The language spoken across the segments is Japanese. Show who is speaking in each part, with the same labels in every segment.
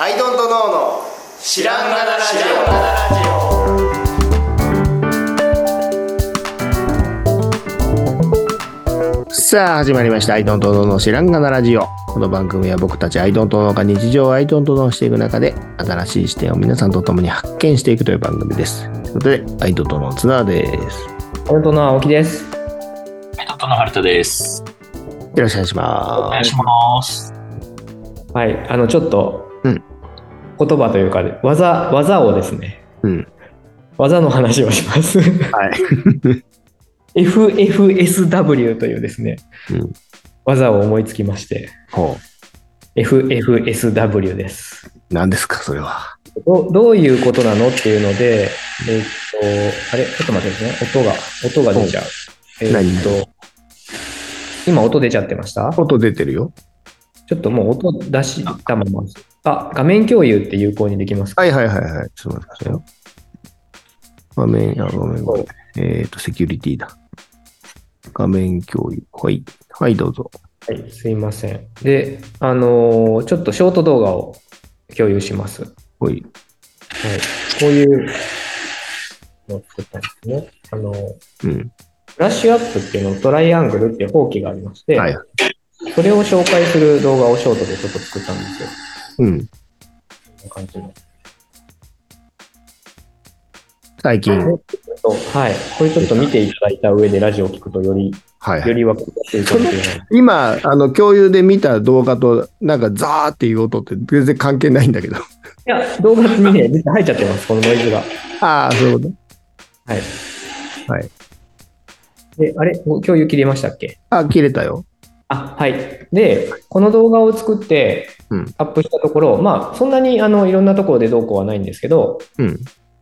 Speaker 1: アイドントノーの知らんがなラジオさあ始まりました「アイドントノーの知らんがなラジオ」この番組は僕たちアイドントノーが日常をアイドントノーしていく中で新しい視点を皆さんと共に発見していくという番組ですということでアイドントノーツナーです
Speaker 2: 本当の青木です。
Speaker 3: はい、トットのハルトです。
Speaker 1: よろしくお願いし
Speaker 3: お
Speaker 1: ま
Speaker 3: 願い
Speaker 1: す
Speaker 3: します。
Speaker 2: はい、あのちょっと、
Speaker 1: うん
Speaker 2: 言葉というか、技技をですね、
Speaker 1: うん
Speaker 2: 技の話をします。
Speaker 1: はい
Speaker 2: FFSW というですね、
Speaker 1: うん
Speaker 2: 技を思いつきまして、
Speaker 1: ほ
Speaker 2: FFSW です。
Speaker 1: う何ですかそれは
Speaker 2: どどういうことなのっていうので、えーっと、あれ、ちょっと待ってくださいね、音が、音が出ちゃう。えーっと、今音出ちゃってました
Speaker 1: 音出てるよ
Speaker 2: ちょっともう音出したまま。あ、画面共有って有効にできますか
Speaker 1: はいはいはいはい。ちょっと待ってくださいよ。画面、あ、ごめんごめん。えっ、と、セキュリティだ。画面共有。はい。はい、どうぞ。
Speaker 2: はい、すいません。で、あのーちょっとショート動画を共有します。
Speaker 1: は
Speaker 2: はい。
Speaker 1: い。
Speaker 2: こういうのを作ったんですね。あのー
Speaker 1: うん。
Speaker 2: フラッシュアップっていうのをトライアングルっていう方機がありまして、
Speaker 1: はい。
Speaker 2: それを紹介する動画をショートでちょっと作ったんですよ。
Speaker 1: うん。
Speaker 2: こんな感じの。
Speaker 1: 最近。
Speaker 2: これちょっとはい。これちょっと見ていただいた上でラジオを聞くとより、
Speaker 1: はい、は
Speaker 2: よ
Speaker 1: い。
Speaker 2: り分かりやすいかもしれない。
Speaker 1: 今、あの、共有で見た動画と、なんか、ザーっていう音って全然関係ないんだけど。
Speaker 2: いや、動画にね、実は入っちゃってます、このノイズが。
Speaker 1: ああ、そういうこと。
Speaker 2: はい。
Speaker 1: はい。
Speaker 2: で、あれお共有切れましたっけ
Speaker 1: あ、切れたよ。
Speaker 2: あ、はい。で、この動画を作って
Speaker 1: うん、
Speaker 2: アップしたところ、まあ、そんなに、あの、いろんなところでどうこうはないんですけど、
Speaker 1: うん。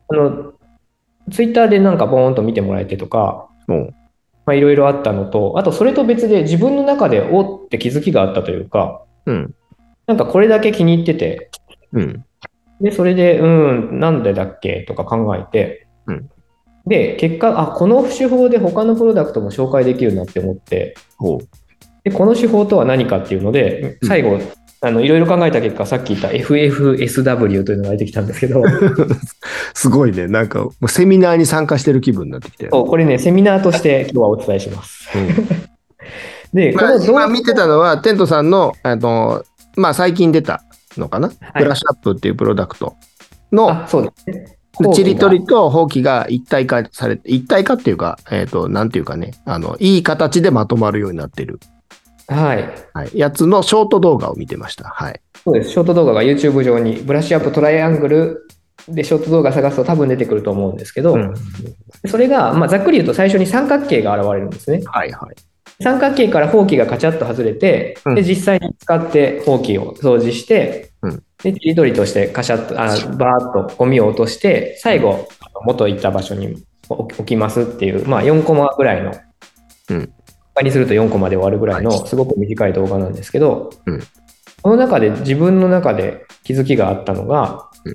Speaker 2: あの、ツイッターでなんかボーンと見てもらえてとか、
Speaker 1: もう。
Speaker 2: まあ、いろいろあったのと、あと、それと別で自分の中で、おって気づきがあったというか、
Speaker 1: うん。
Speaker 2: なんかこれだけ気に入ってて、
Speaker 1: うん。
Speaker 2: で、それで、うん、なんでだっけとか考えて、
Speaker 1: うん
Speaker 2: で、結果、あ、この手法で他のプロダクトも紹介できるなって思って、
Speaker 1: ほ
Speaker 2: で、この手法とは何かっていうので、
Speaker 1: うん
Speaker 2: 最後、あのいろいろ考えた結果、さっき言った FFSW というのが出てきたんですけど、
Speaker 1: う。すごいね。なんか、もうセミナーに参加してる気分になってきて。
Speaker 2: そうこれね、セミナーとして今日はお伝えします。
Speaker 1: うん
Speaker 2: で、こ
Speaker 1: まあ、
Speaker 2: の動
Speaker 1: 今
Speaker 2: 画、
Speaker 1: 見てたのは、テントさんの、あの、まあ、最近出たのかな、
Speaker 2: い
Speaker 1: ブラッシュアップっていうプロダクトの、
Speaker 2: あ、そうですね。
Speaker 1: ちりとりとほうきが一体化されて、一体化っていうか、えっ、と、なんていうかね、あの、いい形でまとまるようになってる、
Speaker 2: はい。
Speaker 1: はい、やつのショート動画を見てました。はい。
Speaker 2: そうです。ショート動画が YouTube 上に、ブラッシュアップトライアングルでショート動画探すと多分出てくると思うんですけど、
Speaker 1: うん
Speaker 2: それが、まあ、ざっくり言うと最初に三角形が現れるんですね。
Speaker 1: はいはい。
Speaker 2: 三角形からほうきがカチャッと外れて、
Speaker 1: うん
Speaker 2: で実際に使ってほうきを掃除して、
Speaker 1: うん
Speaker 2: でちりとりとしてカシャッとあバーッとゴミを落として最後元行った場所に置き置きますっていう、まあ、4コマぐらいの、
Speaker 1: うん
Speaker 2: 他にすると4コマで終わるぐらいの
Speaker 1: はい
Speaker 2: すごく短い動画なんですけど、
Speaker 1: うん
Speaker 2: この中で自分の中で気づきがあったのが、
Speaker 1: うん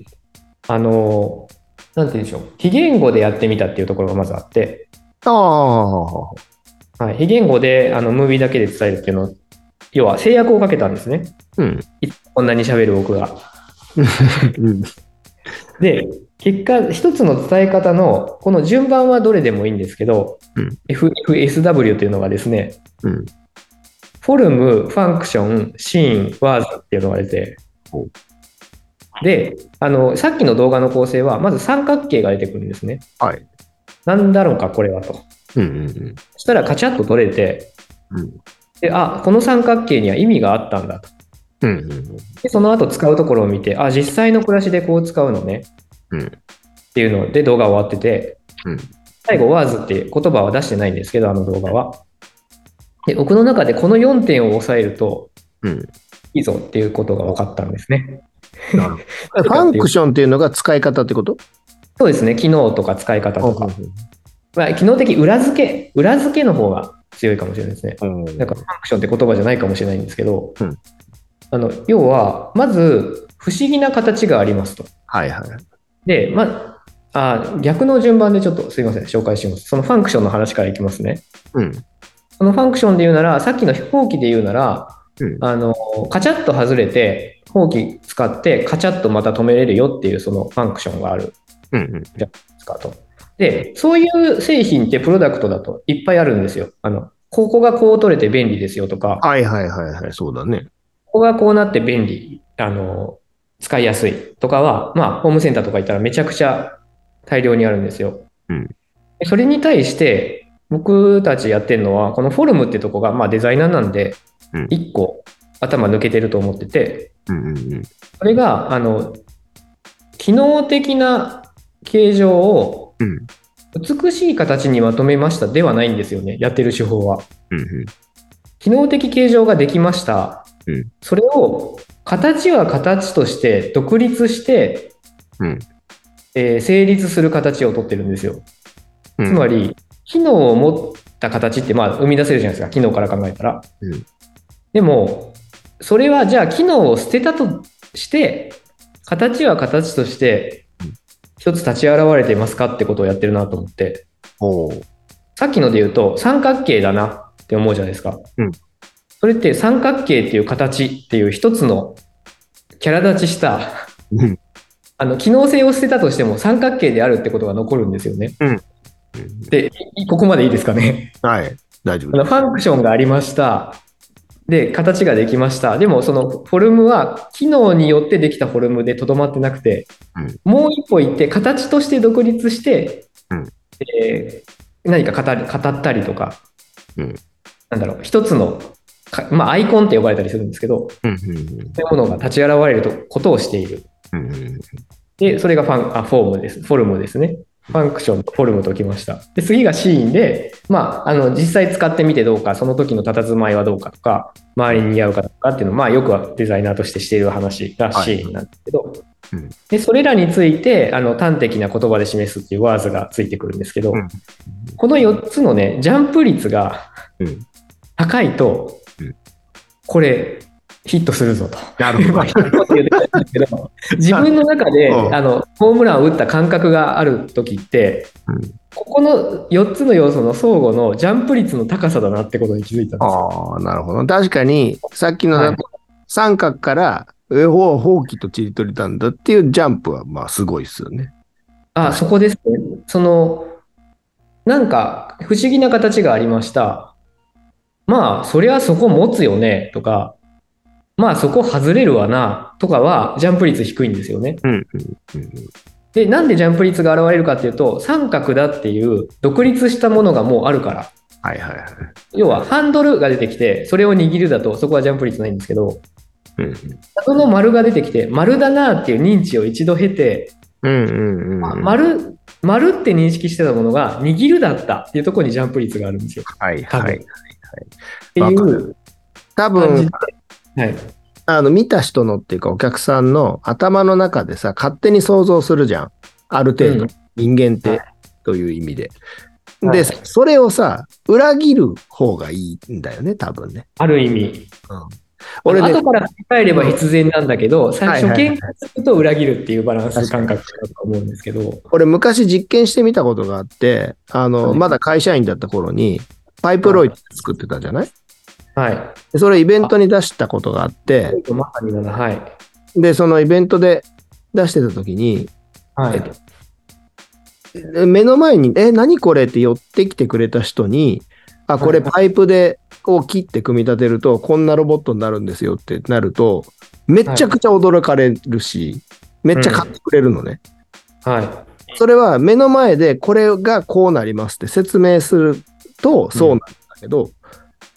Speaker 2: あのなんて言うんでしょう非言語でやってみたっていうところがまずあって。
Speaker 1: ああ、
Speaker 2: はい、非言語であのムービーだけで伝えるっていうのを要は制約をかけたんですね。
Speaker 1: うん。
Speaker 2: こんなに喋る僕が。
Speaker 1: うん
Speaker 2: で、結果、一つの伝え方の、この順番はどれでもいいんですけど、
Speaker 1: うん
Speaker 2: FFSW というのがですね、
Speaker 1: うん。
Speaker 2: フォルム、ファンクション、シーン、ワーズっていうのが出て
Speaker 1: ほう、
Speaker 2: で、あの、さっきの動画の構成は、まず三角形が出てくるんですね。
Speaker 1: はい。
Speaker 2: なんだろうか、これはと。
Speaker 1: うんうん
Speaker 2: そしたらカチャッと取れて、
Speaker 1: うん。
Speaker 2: で、あ、この三角形には意味があったんだと。
Speaker 1: うんうんうん。
Speaker 2: でその後使うところを見て、あ、実際の暮らしでこう使うのね。
Speaker 1: うん
Speaker 2: っていうので動画終わってて、
Speaker 1: うん
Speaker 2: 最後、ワーズって言葉は出してないんですけど、あの動画は。で、僕の中でこの4点を抑えると
Speaker 1: うん。
Speaker 2: いいぞっていうことが分かったんですね。
Speaker 1: なるほど ファンクションっていうのが使い方ってこと
Speaker 2: そうですね、機能とか使い方とか。まあ、機能的裏付け、裏付けの方が強いかもしれないですね。
Speaker 1: うん
Speaker 2: なんかファンクションって言葉じゃないかもしれないんですけど、
Speaker 1: うん
Speaker 2: あの要は、まず不思議な形がありますと。
Speaker 1: はいはい。
Speaker 2: で、まあ、あ逆の順番でちょっとすいません、紹介します。そのファンクションの話からいきますね。
Speaker 1: うん。
Speaker 2: そのファンクションで言うなら、さっきの飛行機で言うなら、
Speaker 1: うん
Speaker 2: あの、カチャッと外れて、ほうき使って、カチャッとまた止めれるよっていう、そのファンクションがあるんで
Speaker 1: うんうん。
Speaker 2: すかと。で、そういう製品ってプロダクトだといっぱいあるんですよ。あの、ここがこう取れて便利ですよとか、
Speaker 1: はいはいはいはい、そうだね。
Speaker 2: ここがこうなって便利、あの、使いやすいとかは、まあ、ホームセンターとか行ったらめちゃくちゃ大量にあるんですよ。
Speaker 1: うん
Speaker 2: でそれに対して、僕たちやってるのは、このフォルムってとこが、まあ、デザイナーなんで
Speaker 1: うん、
Speaker 2: 一個頭抜けてると思ってて、
Speaker 1: うんうんうん。
Speaker 2: それが、あの、機能的な形状を
Speaker 1: うん
Speaker 2: 美しい形にまとめましたではないんですよね、やってる手法は。
Speaker 1: うんうん。
Speaker 2: 機能的形状ができました、
Speaker 1: うん
Speaker 2: それを形は形として独立して、
Speaker 1: うん
Speaker 2: えー成立する形をとってるんですよ、
Speaker 1: うん
Speaker 2: つまり機能を持った形ってまあ生み出せるじゃないですか機能から考えたら、
Speaker 1: うん
Speaker 2: でもそれはじゃあ機能を捨てたとして形は形として
Speaker 1: うん
Speaker 2: 一つ立ち現れてますかってことをやってるなと思って、
Speaker 1: ほう。
Speaker 2: さっきので言うと三角形だなって思うじゃないですか。
Speaker 1: うん
Speaker 2: それって三角形っていう形っていう一つのキャラ立ちした
Speaker 1: うん
Speaker 2: あの機能性を捨てたとしても三角形であるってことが残るんですよね。で、いここまでいいですかね。
Speaker 1: はい、大丈
Speaker 2: あ
Speaker 1: 夫
Speaker 2: の
Speaker 1: です。
Speaker 2: ファンクションがありました。で、形ができました。でもそのフォルムは機能によってできたフォルムでとどまってなくて、
Speaker 1: うん
Speaker 2: もう一歩行って形として独立して、
Speaker 1: うん
Speaker 2: えー何か語り語ったりとか
Speaker 1: うん
Speaker 2: なんだろう、一つのか、まあ、アイコンって呼ばれたりするんですけど、
Speaker 1: うんうん
Speaker 2: そういうものが立ち現れるとことをしている。
Speaker 1: うんうんうん
Speaker 2: で、それがファンあフォームです。フォルムですね。ファンクションとフォルムときました。で、次がシーンで、まあ、あの、実際使ってみてどうか、その時の佇まいはどうかとか、周りに似合うかとかっていうのを、まあ、よくはデザイナーとしてしている話がシーンなんですけど、
Speaker 1: うん
Speaker 2: で、それらについて、あの、端的な言葉で示すっていうワーズがついてくるんですけど、
Speaker 1: うん
Speaker 2: この4つのね、ジャンプ率が
Speaker 1: うん
Speaker 2: 高いと、
Speaker 1: うん
Speaker 2: これ、ヒットするぞと。
Speaker 1: なるほ
Speaker 2: まあ
Speaker 1: ど。
Speaker 2: ヒットって言ってたんですけど 自分の中で、
Speaker 1: うん
Speaker 2: あのホームランを打った感覚がある時って、
Speaker 1: うん
Speaker 2: ここの4つの要素の相互のジャンプ率の高さだなってことに気づいたんですよ。
Speaker 1: ああ、なるほど。確かに、さっきのだと
Speaker 2: は
Speaker 1: 三角から、上方はほうきとちりとりたんだっていうジャンプは、まあ、すごいですよね。
Speaker 2: あそこですね。そのなんか不思議な形がありました。まあそりゃそこ持つよねとかまあそこ外れるわなとかはジャンプ率低いんですよね。
Speaker 1: うんうん
Speaker 2: で、なんでジャンプ率が現れるかっていうと、三角だっていう独立したものがもうあるから。
Speaker 1: はいはいはい。
Speaker 2: 要はハンドルが出てきて、それを握るだと、そこはジャンプ率ないんですけど、
Speaker 1: うん
Speaker 2: 謎の丸が出てきて、丸だなっていう認知を一度経て、
Speaker 1: うんうんうん
Speaker 2: あ
Speaker 1: うん。
Speaker 2: 丸、丸って認識してたものが、握るだったっていうところにジャンプ率があるんですよ。
Speaker 1: はいはい。
Speaker 2: ってい
Speaker 1: わか
Speaker 2: う
Speaker 1: 多
Speaker 2: 感じ
Speaker 1: 分
Speaker 2: で、。はい。
Speaker 1: あの、見た人のっていうか、お客さんの頭の中でさ、勝手に想像するじゃん。ある程度、
Speaker 2: うん
Speaker 1: 人間って、
Speaker 2: はい
Speaker 1: という意味で。
Speaker 2: は
Speaker 1: で、
Speaker 2: い
Speaker 1: それをさ、裏切る方がいいんだよね、多分ね。
Speaker 2: ある意味。
Speaker 1: 俺ね
Speaker 2: 後、から振り返れば必然なんだけど、最
Speaker 1: はい
Speaker 2: 初
Speaker 1: はいはい
Speaker 2: 見からすると裏切るっていうバランス感覚だと思うんですけど、
Speaker 1: 俺昔実験してみたことがあって、あの、
Speaker 2: はい
Speaker 1: まだ会社員だった頃に、パイプロイド作ってたじゃない
Speaker 2: は
Speaker 1: でそれイベントに出したことがあって、
Speaker 2: い。まさにだな、はい。
Speaker 1: で、そのイベントで出してた時に、
Speaker 2: は
Speaker 1: えっ
Speaker 2: い
Speaker 1: と。目の前に、え、何これって寄ってきてくれた人に、あ、これ
Speaker 2: はい
Speaker 1: パイプで、を切って組み立てると、こんなロボットになるんですよってなると、めちゃくちゃ驚かれるし、めっちゃ買ってくれるのね。
Speaker 2: は
Speaker 1: それは目の前でこれがこうなりますって説明するとそうなんだけど、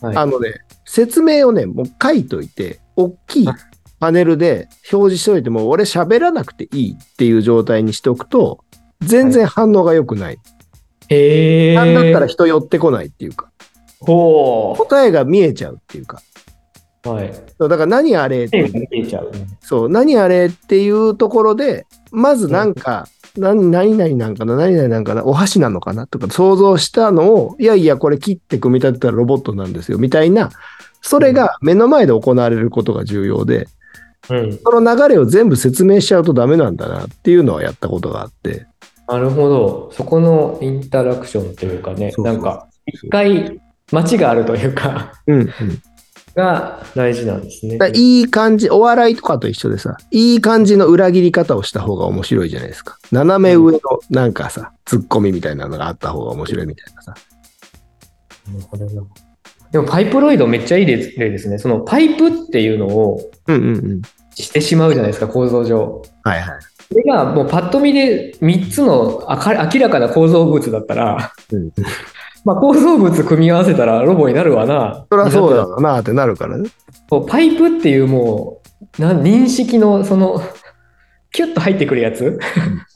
Speaker 2: い。はい、
Speaker 1: あのね、説明をね、もう書いといて、大きい
Speaker 2: はい
Speaker 1: パネルで表示しといても、俺喋らなくていいっていう状態にしておくと、全然反応が良くない。
Speaker 2: へえ。
Speaker 1: なんだったら人寄ってこないっていうか、
Speaker 2: ほ
Speaker 1: 答えが見えちゃうっていうか、
Speaker 2: う。はい。
Speaker 1: そうだから何あれっていう
Speaker 2: 消えちゃう。
Speaker 1: そう、何あれっていうところで、まずなんか、何何々なんかな、何々なんかな、お箸なのかなとか想像したのを、いやいや、これ切って組み立てたらロボットなんですよ、みたいな、それが目の前で行われることが重要で、
Speaker 2: うん。
Speaker 1: その流れを全部説明しちゃうとダメなんだなっていうのはやったことがあって。
Speaker 2: なるほど。そこのインタラクションというかね、
Speaker 1: そうそう
Speaker 2: なんか、一回、街があるというか、
Speaker 1: うん、うん。
Speaker 2: が大事なんですね。
Speaker 1: だからいい感じ、お笑いとかと一緒でさ、いい感じの裏切り方をした方が面白いじゃないですか。斜め上のなんかさ、ツッコミみたいなのがあった方が面白いみたいなさ。
Speaker 2: なるほどなでもパイプロイドめっちゃいい例ですね。そのパイプっていうのを
Speaker 1: うんうんうん。
Speaker 2: してしまうじゃないですか、構造上。
Speaker 1: はいはい。
Speaker 2: それがもうパッと見で3つのあか明らかな構造物だったら、
Speaker 1: うん
Speaker 2: まあ構造物組み合わせたらロボになるわな。
Speaker 1: そりゃそうだろうなってなるからね。
Speaker 2: こうパイプっていうもうな認識のそのキュッと入ってくるやつ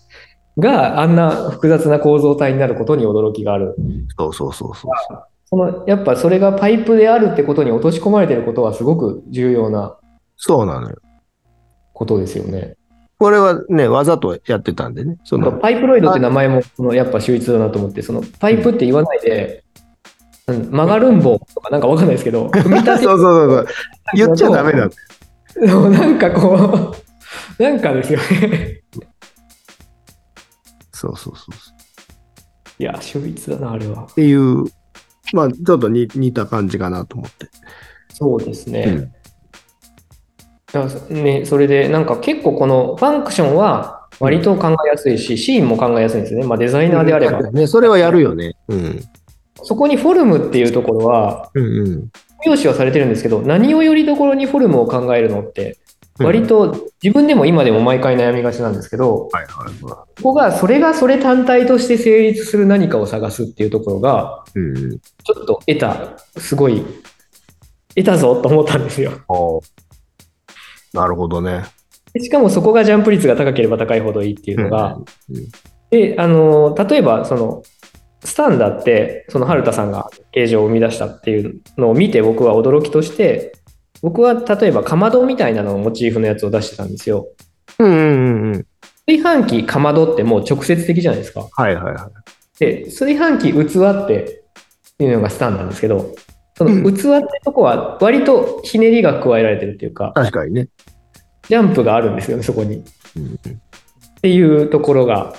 Speaker 2: があんな複雑な構造体になることに驚きがある。
Speaker 1: そうそうそうそう。
Speaker 2: そのやっぱそれがパイプであるってことに落とし込まれてることはすごく重要な
Speaker 1: そうなのよ。
Speaker 2: ことですよね。
Speaker 1: これはね、わざとやってたんでね。その、
Speaker 2: パイプロイドって名前もそのやっぱ秀逸だなと思って、そのパイプって言わないで、うん、曲がるんぼとかなんかわかんないですけ ど、組み立
Speaker 1: そう
Speaker 2: て
Speaker 1: そうそうそう。言っちゃダメだ。
Speaker 2: そうなんかこう、なんかですよね。
Speaker 1: そうそうそう。っ
Speaker 2: いや、秀逸だな、あれは。
Speaker 1: ていう、まあ、ちょっとに似た感じかなと思って。
Speaker 2: そうですね。
Speaker 1: うん
Speaker 2: だからね、それでなんか結構このファンクションは割と考えやすいし、シーンも考えやすいんですよね。まあデザイナーであれば。
Speaker 1: ね、それはやるよね。うん。
Speaker 2: そこにフォルムっていうところは、
Speaker 1: うんうん。
Speaker 2: 重要視はされてるんですけど、何をよりどころにフォルムを考えるのって、割と自分でも今でも毎回悩みがちなんですけど、
Speaker 1: はいはいは
Speaker 2: ここがそれがそれ単体として成立する何かを探すっていうところが、
Speaker 1: い。うんうん。
Speaker 2: ちょっと得た、すごい、得たぞと思ったんですよ。
Speaker 1: おなるほどね。
Speaker 2: でしかもそこがジャンプ率が高ければ高いほどいいっていうのが、
Speaker 1: うん
Speaker 2: であの例えばそのスタンダってその春田さんが形状を生み出したっていうのを見て僕は驚きとして僕は例えばかまどみたいなのをモチーフのやつを出してたんですよ
Speaker 1: うんうんうん。
Speaker 2: 炊飯器かまどってもう直接的じゃないですか
Speaker 1: はいはいは
Speaker 2: で炊飯器器っていうのがスタンなんですけどその
Speaker 1: う
Speaker 2: 器ってとこは割とひねりが加えられてるっていうか
Speaker 1: い。確かにね。
Speaker 2: ジャンプがあるんですよねそこに
Speaker 1: うん
Speaker 2: っていうところが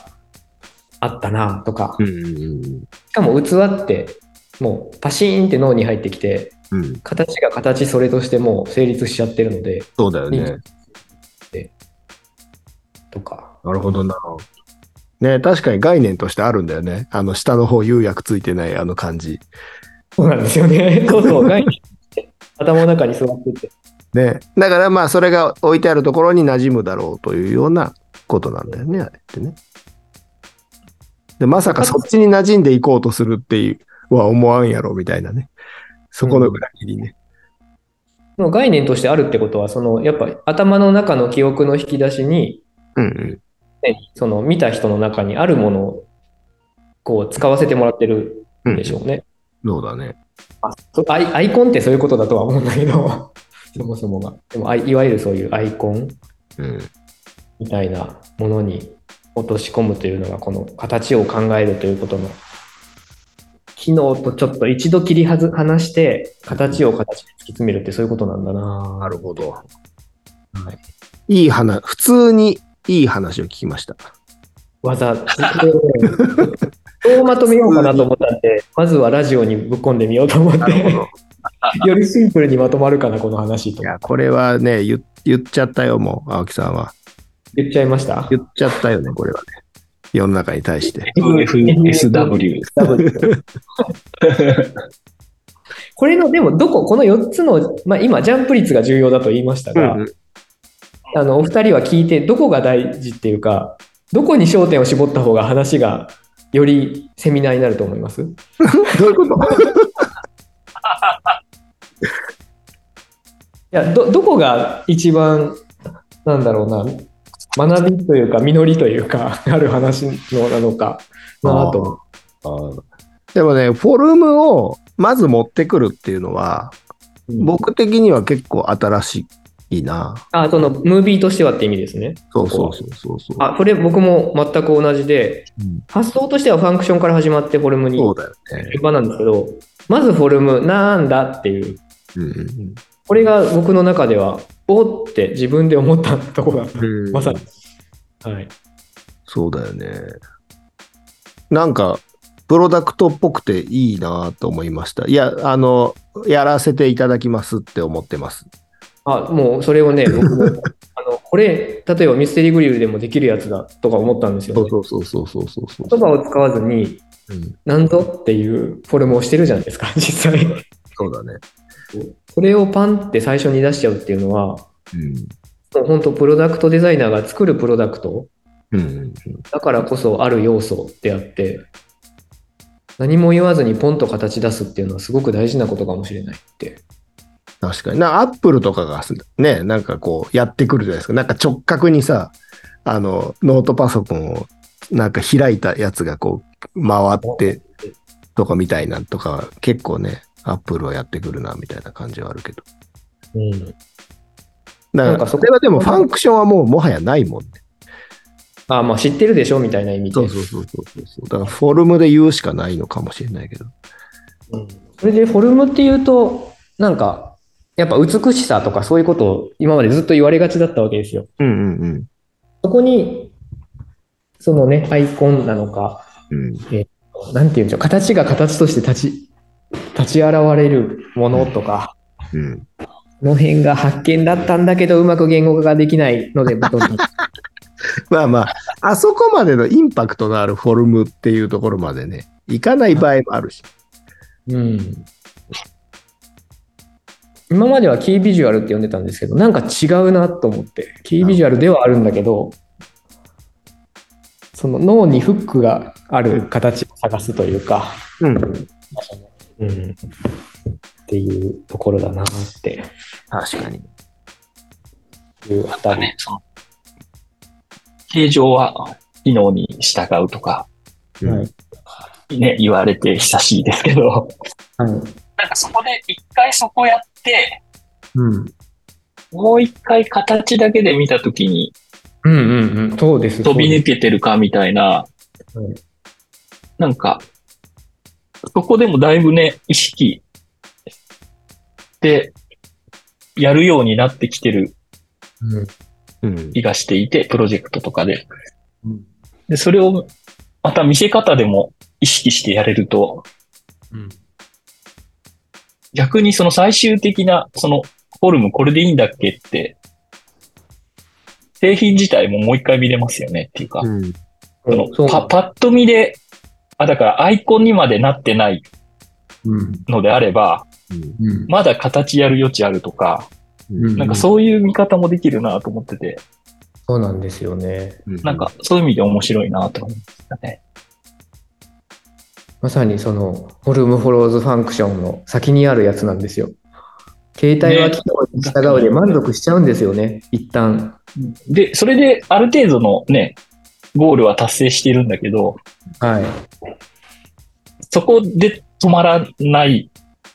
Speaker 2: あったなとか、
Speaker 1: うんうん
Speaker 2: しかも器ってもうパシーンって脳に入ってきて
Speaker 1: うん。うん。
Speaker 2: 形が形それとしてもう成立しちゃってるので
Speaker 1: そうだよ
Speaker 2: いい
Speaker 1: ね
Speaker 2: ね。とか
Speaker 1: なるほどな。ね、確かに概念としてあるんだよね。あの、下の方、釉薬ついてないあの感じ。
Speaker 2: そうなんですよね そうそう概念頭の中に座ってて
Speaker 1: ね。だからまあ、それが置いてあるところに馴染むだろうというようなことなんだよね、あれってね。で、まさかそっちに馴染んでいこうとするっていうは思わんやろ、みたいなね。そこの裏切りね。
Speaker 2: その概念としてあるってことはそのやっぱ頭の中の記憶の引き出しに
Speaker 1: うんうん。
Speaker 2: 常にその見た人の中にあるものをこう使わせてもらってる
Speaker 1: うんん
Speaker 2: でしょうね、
Speaker 1: そうだね。
Speaker 2: そうアイアイコンってそういうことだとは思うんだけど そもそもがでもアイいわゆるそういうアイコン
Speaker 1: うん。
Speaker 2: みたいなものに落とし込むというのがこの形を考えるということの機能とちょっと一度切りはず離して形を形で突き詰めるってそういうことなんだな
Speaker 1: なるほど。
Speaker 2: はい
Speaker 1: いい話、普通にいい話を聞きました。
Speaker 2: 技どうまとめようかなと思ったんでまずはラジオにぶっ込んでみようと思って
Speaker 1: ど。
Speaker 2: よりシンプルにまとまるかなこの話
Speaker 1: い
Speaker 2: と
Speaker 1: や、これはね、言言っちゃったよ、もう、青木さんは。
Speaker 2: 言っちゃいました
Speaker 1: 言っちゃったよね、これはね。世の中に対 して。
Speaker 3: FSW。
Speaker 2: これのでもどここの4つの、まあ、今ジャンプ率が重要だと言いましたが、あのお二人は聞いてどこが大事っていうかどこに焦点を絞った方が話がよりセミナーになると思います
Speaker 1: どういうこと
Speaker 2: いやどどこが一番なんだろうな学びというか実りというか ある話のなのかなと思
Speaker 1: でもね、フォルムをまず持ってくるっていうのは、
Speaker 2: う
Speaker 1: 僕的には結構新しいな。
Speaker 2: あそのムービーとしてはって意味ですね
Speaker 1: そうそうそうそうそう。
Speaker 2: あこれ僕も全く同じで
Speaker 1: うん
Speaker 2: 発想としてはファンクションから始まってフォルムに
Speaker 1: そうだよね。
Speaker 2: 順番なんですけどまずフォルムなんだっていう
Speaker 1: うんうん
Speaker 2: これが僕の中ではおって自分で思ったところだった、
Speaker 1: うん
Speaker 2: まさに、はい、
Speaker 1: そうだよね。なんか、プロダクトっぽくていいなと思いました。いや、あの、やらせていただきますって思ってます。
Speaker 2: あもうそれ をね、僕もあのこれ、例えばミステリーグリルでもできるやつだとか思ったんですよ、
Speaker 1: そう
Speaker 2: ね。
Speaker 1: そうそうそうそうそうそう。
Speaker 2: 言葉を使わずに、
Speaker 1: うん
Speaker 2: なんぞっていうフォルムをしてるじゃないですか、 実際。
Speaker 1: そうだね。
Speaker 2: これをパンって最初に出しちゃうっていうのは、もう本当プロダクトデザイナーが作るプロダクト
Speaker 1: うん。うん。
Speaker 2: だからこそある要素であって、何も言わずにポンと形出すっていうのはすごく大事なことかもしれないって。
Speaker 1: 確かに。な、アップルとかがね、なんかこうやってくるじゃないですか。なんか直角にさ、あの、ノートパソコンをなんか開いたやつがこう回ってとかみたいなんとか、結構ね、アップルはやってくるなみたいな感じはあるけど。
Speaker 2: うん、
Speaker 1: だから
Speaker 2: なんかそ
Speaker 1: そ
Speaker 2: こ
Speaker 1: れはでもファンクションはもうもはやないもんね。
Speaker 2: あまあ知ってるでしょみたいな意味で。
Speaker 1: そうそうそうそうそう。だからフォルムで言うしかないのかもしれないけど。
Speaker 2: うんそれでフォルムっていうと、なんか、やっぱ美しさとかそういうことを今までずっと言われがちだったわけですよ。
Speaker 1: うんうんうん。
Speaker 2: そこに、そのね、アイコンなのか、
Speaker 1: うん、
Speaker 2: なんていうんでしょう、形が形として立ち、立ち現れるものとか、
Speaker 1: うん、
Speaker 2: この辺が発見だったんだけど、うまく言語化ができないので、どんどん
Speaker 1: まあまあ、あそこまでのインパクトのあるフォルムっていうところまでね、いかない場合もあるし。
Speaker 2: うん。今まではキービジュアルって呼んでたんですけど、なんか違うなと思って、キービジュアルではあるんだけど、その脳にフックがある形を探すというか、
Speaker 1: うん、
Speaker 2: うん、っていうところだなって
Speaker 1: 確かに。
Speaker 2: いうあたり。
Speaker 3: ね、その、形状は機能に従うとか、
Speaker 1: うん
Speaker 2: はい
Speaker 3: ね、言われて久しいですけど、
Speaker 2: はい
Speaker 3: なんかそこで一回そこやって、
Speaker 1: うん、
Speaker 3: もう一回形だけで見たときに
Speaker 2: うんうんうん、そうです。
Speaker 3: 飛び
Speaker 2: そうで
Speaker 3: 抜けてるかみたいな、
Speaker 2: うん
Speaker 3: なんか、そこでもだいぶね、意識でやるようになってきてる
Speaker 2: すうん
Speaker 1: うん、
Speaker 3: 気がしていて、プロジェクトとかで
Speaker 2: うん。
Speaker 3: で、それをまた見せ方でも意識してやれると、
Speaker 2: うん
Speaker 3: 逆にその最終的な、そのフォルムこれでいいんだっけって、製品自体ももう一回見れますよねっていうか、
Speaker 1: うん、
Speaker 3: そ
Speaker 2: そう
Speaker 3: のパパッと見で、あ、だからアイコンにまでなってない
Speaker 2: うん
Speaker 3: のであれば、
Speaker 2: うん
Speaker 3: まだ形やる余地あるとか、
Speaker 1: うん、
Speaker 3: なんかそういう見方もできるなと思ってて、
Speaker 2: そうなんですよね。
Speaker 3: なんかそういう意味で面白いなと思いましたね。
Speaker 2: まさにその、フォルムフォローズファンクションの先にあるやつなんですよ。携帯は機能に従うで満足しちゃうんですよね、一旦。
Speaker 3: で、それである程度のね、ゴールは達成してるんだけど、
Speaker 2: はい。
Speaker 3: そこで止まらない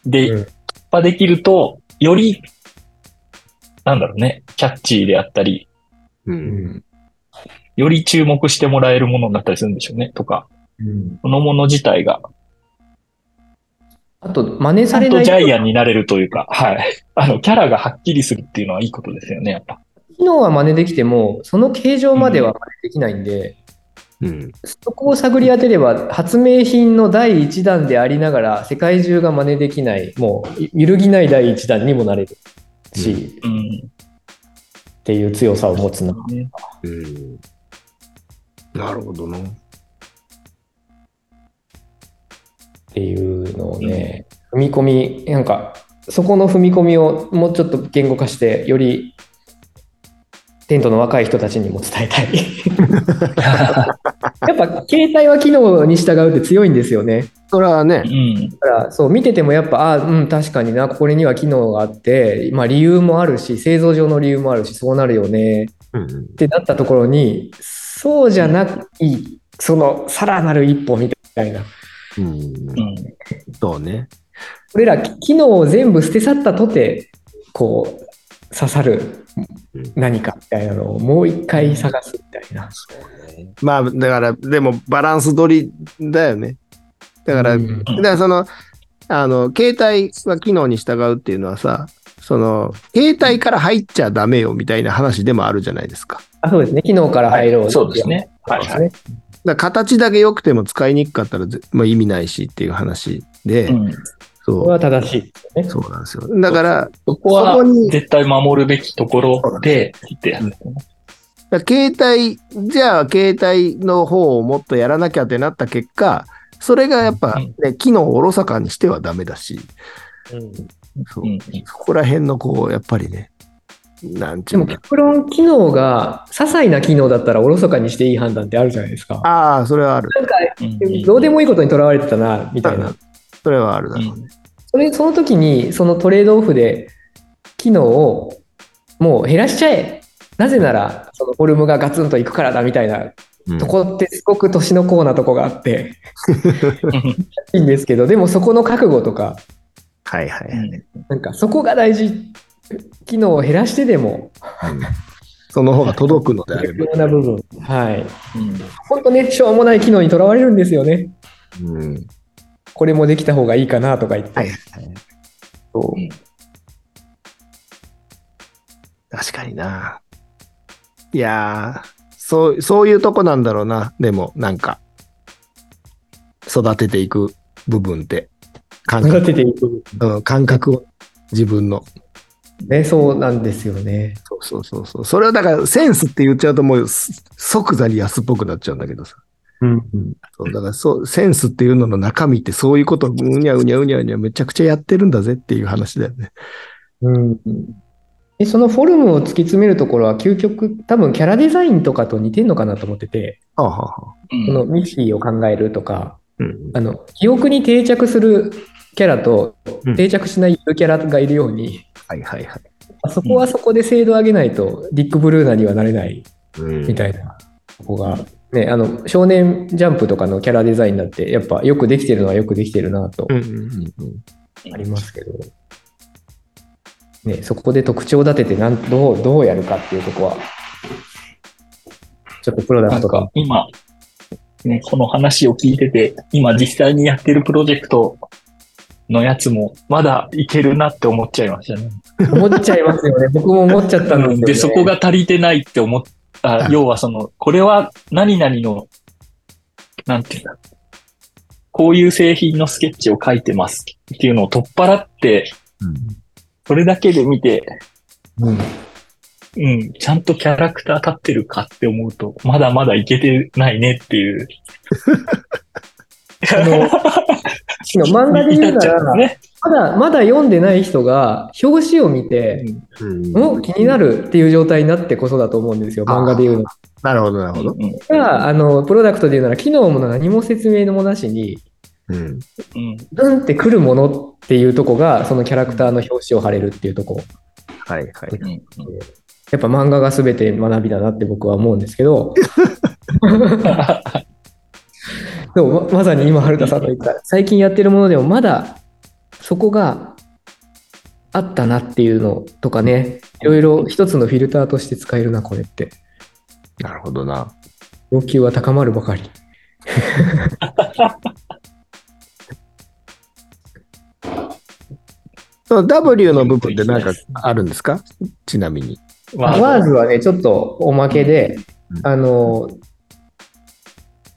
Speaker 3: で
Speaker 2: うん
Speaker 3: 突破できると、より、なんだろうね、キャッチーであったり、
Speaker 1: う、
Speaker 2: うんん。
Speaker 3: より注目してもらえるものになったりするんでしょうね、とか、
Speaker 2: うん、
Speaker 3: そのもの自体が、
Speaker 2: あと、真似
Speaker 3: ちゃ
Speaker 2: さ
Speaker 3: ん
Speaker 2: れ
Speaker 3: と
Speaker 2: ない
Speaker 3: ジャイアンになれるというか、はい。 あの、キャラがはっきりするっていうのはいいことですよね、やっぱ。
Speaker 2: 機能は真似できても、その形状までは真似できないんで、
Speaker 1: うん、
Speaker 2: そこを探り当てれば、発明品の第一弾でありながら、世界中が真似できない、もう、揺るぎない第一弾にもなれるし、
Speaker 1: う
Speaker 3: うん。
Speaker 2: っていう強さを持つな。
Speaker 3: ね
Speaker 1: うん。なるほどな。
Speaker 2: っていうのをね、踏み込みなんかそこの踏み込みをもうちょっと言語化してよりテントの若い人たちにも伝え たいやっぱ携帯は機能に従うって強いんですよね
Speaker 1: それはね
Speaker 3: う、ん。
Speaker 2: だからそう見ててもやっぱあうん確かになこれには機能があって、まあ、理由もあるし製造上の理由もあるしそうなるよね
Speaker 1: うん
Speaker 2: ってなったところにそうじゃないそのさらなる一歩みたいな
Speaker 1: うん、う、
Speaker 3: うんん。
Speaker 1: そうね。
Speaker 2: これら機能を全部捨て去ったとてこう刺さる
Speaker 1: うん
Speaker 2: 何かみたいなのをもう一回探すみたいな。
Speaker 1: まあ、だから、でもバランス取りだよね。だから、
Speaker 2: うん
Speaker 1: だからその、あの、携帯は機能に従うっていうのはさ、その、携帯から入っちゃダメよみたいな話でもあるじゃないですか。
Speaker 2: あそうですね機能から入ろう、
Speaker 3: そうですね。はいはい。
Speaker 2: ね
Speaker 1: だから形だけ良くても使いにくかったらぜ、まあ、意味ないしっていう話で、
Speaker 3: うん。
Speaker 2: これ
Speaker 1: そ
Speaker 2: は正しいですよ
Speaker 1: う、
Speaker 2: ね。
Speaker 1: そうなんですよ。だから、
Speaker 3: そこは
Speaker 1: そこに
Speaker 3: 絶対守るべきところで、ってやつですね
Speaker 1: だから携帯、じゃあ携帯の方をもっとやらなきゃってなった結果、それがやっぱ、ね機能をおろそかにしてはダメだし、
Speaker 2: うん
Speaker 1: そう
Speaker 3: うん
Speaker 1: そこら辺のこう、やっぱりね、なんちゅ
Speaker 2: で
Speaker 1: うの
Speaker 2: も、
Speaker 1: かな
Speaker 2: 極論機能が、些細な機能だったらおろそかにしていい判断ってあるじゃないですか。
Speaker 1: ああ、それはある。
Speaker 2: なんか、
Speaker 3: うん
Speaker 2: どうでもいいことにとらわれてたな、みたいな。
Speaker 1: それはあるだろうね。
Speaker 2: それその時にそのトレードオフで機能をもう減らしちゃえなぜならそのフォルムがガツンといくからだみたいな
Speaker 1: うん
Speaker 2: とこってすごく年の高なとこがあって
Speaker 3: うん
Speaker 2: いいんですけどでもそこの覚悟とか
Speaker 1: はいはい。
Speaker 2: なんかそこが大事機能を減らしてでも
Speaker 1: その方が届くのであれ
Speaker 2: 重
Speaker 1: ば。
Speaker 2: 要な部分はい
Speaker 3: うん
Speaker 2: 本当ねしょうもない機能にとらわれるんですよね
Speaker 1: うん
Speaker 2: これもできた方がいいかなとか言って、
Speaker 1: はいそう
Speaker 3: うん
Speaker 1: 確かにな。いやーそう、そういうとこなんだろうな。でも、なんか、育てていく部分って、感
Speaker 2: 育
Speaker 1: 覚,、
Speaker 2: てていく、
Speaker 1: うん、感覚を自分の。
Speaker 2: ね、そうなんですよね
Speaker 1: そうそうそうそう。それをだから、センスって言っちゃうと、もうす即座に安っぽくなっちゃうんだけどさ。そうだからそう、センスっていうのの中身って、そういうことをうにゃうにゃうにゃうにゃめちゃくちゃやってるんだぜっていう話だよね。
Speaker 2: うん、でそのフォルムを突き詰めるところは究極多分キャラデザインとかと似てんのかなと思ってて、
Speaker 1: はあ、はあはあ、
Speaker 3: うん
Speaker 2: このミッフィーを考えるとか
Speaker 1: うん
Speaker 2: あの記憶に定着するキャラと
Speaker 1: うん
Speaker 2: 定着しないキャラがいるように、
Speaker 1: はいはいはい。
Speaker 2: あそこはそこで精度上げないとディック・ブルーナにはなれない
Speaker 1: み
Speaker 2: みたいなとこが、ね、あの少年ジャンプとかのキャラデザインだってやっぱよくできてるのはよくできてるなと
Speaker 1: うんうんうんうん
Speaker 2: ありますけど、ね、そこで特徴立ててなんどうどうやるかっていうとこはちょっとプロダ
Speaker 3: な
Speaker 2: ク
Speaker 3: ん
Speaker 2: ト
Speaker 3: か
Speaker 2: が
Speaker 3: 今、ね、この話を聞いてて、今実際にやってるプロジェクトのやつも、まだいけるなって思っちゃいましたね。
Speaker 2: 思っちゃいますよね 僕も思っちゃったんですよ、ね、
Speaker 3: で、そこが足りてないって思っ
Speaker 1: は
Speaker 3: た、
Speaker 1: い
Speaker 3: 要はその、これは何々の、なんていうんだこういう製品のスケッチを書いてますっていうのを取っ払って、それだけで見て、
Speaker 2: うん
Speaker 3: うん、ちゃんとキャラクター立ってるかって思うと、まだまだいけてないねっていう。
Speaker 2: あの昨日漫画で言うなら、
Speaker 3: ね。
Speaker 2: まだまだ読んでない人が表紙を見て、
Speaker 1: うん
Speaker 2: もう気になるっていう状態になってこそだと思うんですよ漫画で言うの
Speaker 1: なるほど、なるほど。
Speaker 3: うん
Speaker 2: があのプロダクトで言うなら機能も何も説明もなしに
Speaker 1: うん。
Speaker 3: うん
Speaker 2: ブンってくるものっていうとこがそのキャラクターの表紙を貼れるっていうとこ
Speaker 1: はいはい。
Speaker 3: うん
Speaker 2: やっぱ漫画が全て学びだなって僕は思うんですけどでもままさに今春田さんと言った最近やってるものでもまだそこがあったなっていうのとかねいろいろ一つのフィルターとして使えるなこれって
Speaker 1: なるほどな。
Speaker 2: 要求は高まるばかり
Speaker 1: その W の部分って何かあるんですかちなみに。
Speaker 3: ワ
Speaker 2: ワ
Speaker 3: ー
Speaker 2: ーズはねちょっとおまけで
Speaker 1: うん
Speaker 2: あの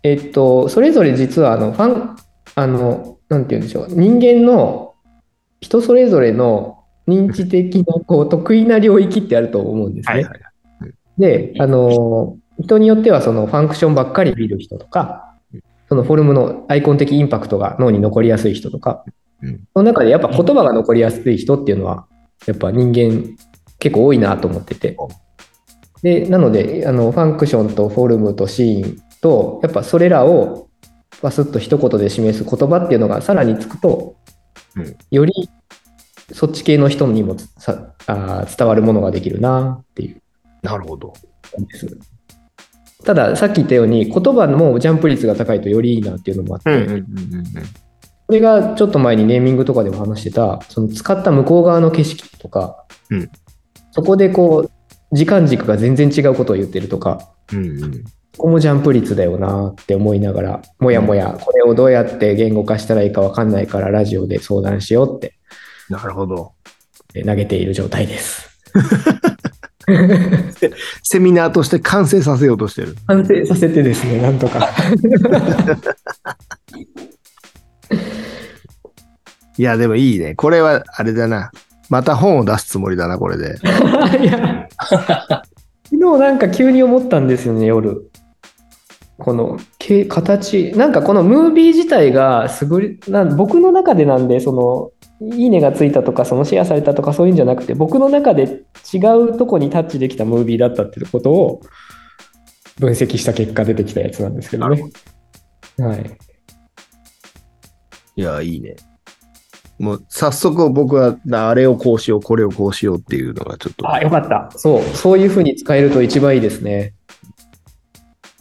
Speaker 2: えっとそれぞれ実はあのファンあのなんて言うんでしょう人間の人それぞれの認知的なこう得意な領域ってあると思うんですね。
Speaker 1: い。
Speaker 2: で、あの、人によってはそのファンクションばっかり見る人とか、そのフォルムのアイコン的インパクトが脳に残りやすい人とか
Speaker 1: うん、
Speaker 2: その中でやっぱ言葉が残りやすい人っていうのは、やっぱ人間結構多いなと思ってて。で、なので、あの、ファンクションとフォルムとシーンと、やっぱそれらをパスッと一言で示す言葉っていうのがさらにつくと
Speaker 1: うん、
Speaker 2: よりそっち系の人にもつさあー伝わるものができるなっていう。
Speaker 1: なるほど。
Speaker 2: たださっき言ったように言葉もジャンプ率が高いとよりいいなっていうのもあって、
Speaker 1: うんうん
Speaker 2: これがちょっと前にネーミングとかでも話してたその使った向こう側の景色とか、
Speaker 1: うん
Speaker 2: そこでこう時間軸が全然違うことを言ってるとか
Speaker 1: うんうん。
Speaker 2: ここもジャンプ率だよなって思いながらもやもやこれをどうやって言語化したらいいかわかんないからラジオで相談しようって
Speaker 1: なるほど。
Speaker 2: 投げている状態です。
Speaker 1: セミナーとして完成させようとしてる。
Speaker 2: 完成させてですね、なんとか。
Speaker 1: いや、でもいいね。これは、あれだな。また本を出すつもりだな、これで。
Speaker 2: いや昨日なんか急に思ったんですよね、夜。このけ形、なんかこのムービー自体が優れなん僕の中でなんで、その、いいねがついたとか、そのシェアされたとか、そういうんじゃなくて、僕の中で違うとこにタッチできたムービーだったっていうことを分析した結果出てきたやつなんですけどね。はい。
Speaker 1: いや、いいね。もう、早速僕は、あれをこうしよう、これをこうしようっていうのがちょっと。
Speaker 2: あ、よかった。そう、そういうふうに使えると一番いいですね。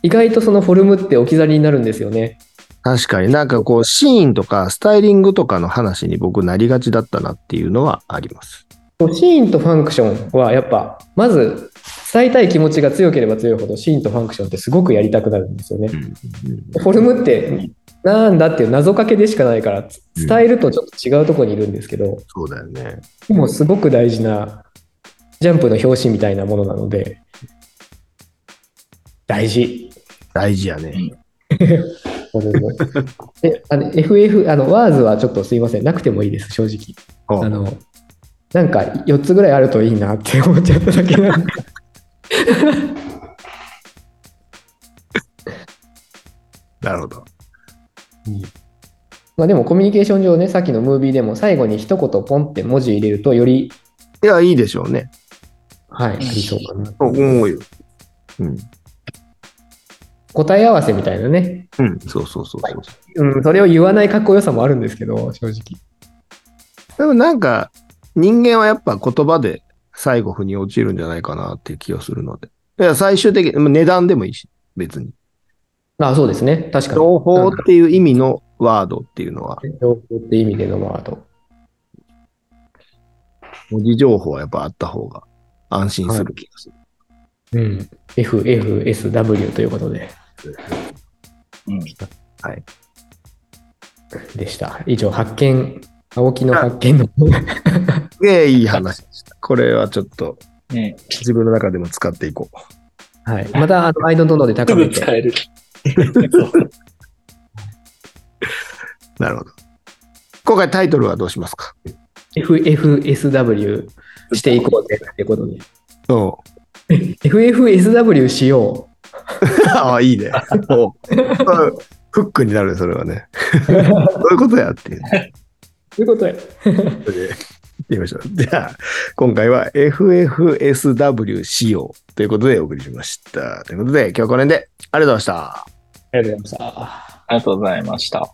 Speaker 2: 意外とそのフォルムって置き去りになるんですよね。
Speaker 1: 確かになんかこう、シーンとか、スタイリングとかの話に僕なりがちだったなっていうのはあります。
Speaker 2: シーンとファンクションはやっぱ、まず伝えたい気持ちが強ければ強いほど、シーンとファンクションってすごくやりたくなるんですよね。フォルムってなんだっていう謎かけでしかないから、つ
Speaker 1: うん
Speaker 2: 伝えるとちょっと違うところにいるんですけど、
Speaker 1: そうだよね。
Speaker 2: でもすごく大事なジャンプの表紙みたいなものなので、大事。
Speaker 1: 大事やね。
Speaker 2: フォルムであの FF、あの、ワーズはちょっとすいません、なくてもいいです、正直。
Speaker 1: ほ
Speaker 2: あ
Speaker 1: う
Speaker 2: の、なんか4つぐらいあるといいなって思っちゃっただけなんで。
Speaker 1: なるほど。
Speaker 2: まあでもコミュニケーション上ね、さっきのムービーでも最後に一言ポンって文字入れるとより、
Speaker 1: いや、いいでしょうね。
Speaker 2: はい、ありそうかな。
Speaker 1: そう思うよ。うん。
Speaker 2: 答え合わせみたいなね。
Speaker 1: うん。そうそうそうそう。
Speaker 2: うん、それを言わないかっこよさもあるんですけど、正直。
Speaker 1: でもなんか、人間はやっぱ言葉で最後腑に落ちるんじゃないかなっていう気がするので。いや、最終的に、まあ値段でもいいし、別に。
Speaker 2: あそうですね。確かに。
Speaker 1: 情報っていう意味のワードっていうのは、
Speaker 2: 情報って意味でのワード。
Speaker 1: 文字情報はやっぱあった方が安心する気がする。
Speaker 2: うん。F、F、S、W ということで。
Speaker 3: うん。
Speaker 2: でした。以上、発見。青木の発見の。
Speaker 1: すげえいい話でした。これはちょっと
Speaker 3: ね、
Speaker 1: 自分の中でも使っていこう。
Speaker 2: はい。また、あの、アイドントノーで高
Speaker 3: す
Speaker 2: め
Speaker 3: ぐ
Speaker 2: て。
Speaker 3: 使える。
Speaker 1: なるほど。今回タイトルはどうしますか
Speaker 2: FFSW していこうぜってことで。
Speaker 1: うん。
Speaker 2: FFSW しよ
Speaker 1: ああ、い いね。おううんフックになるね、それは ね。どういうことやっていう。
Speaker 2: う。ということで。
Speaker 1: それで言いましょう。じゃあ、今回は FFSW 仕様ということでお送りしました。ということで、今日はこの辺でありがとうございました。
Speaker 2: ありがとうございました。
Speaker 3: ありがとうございました。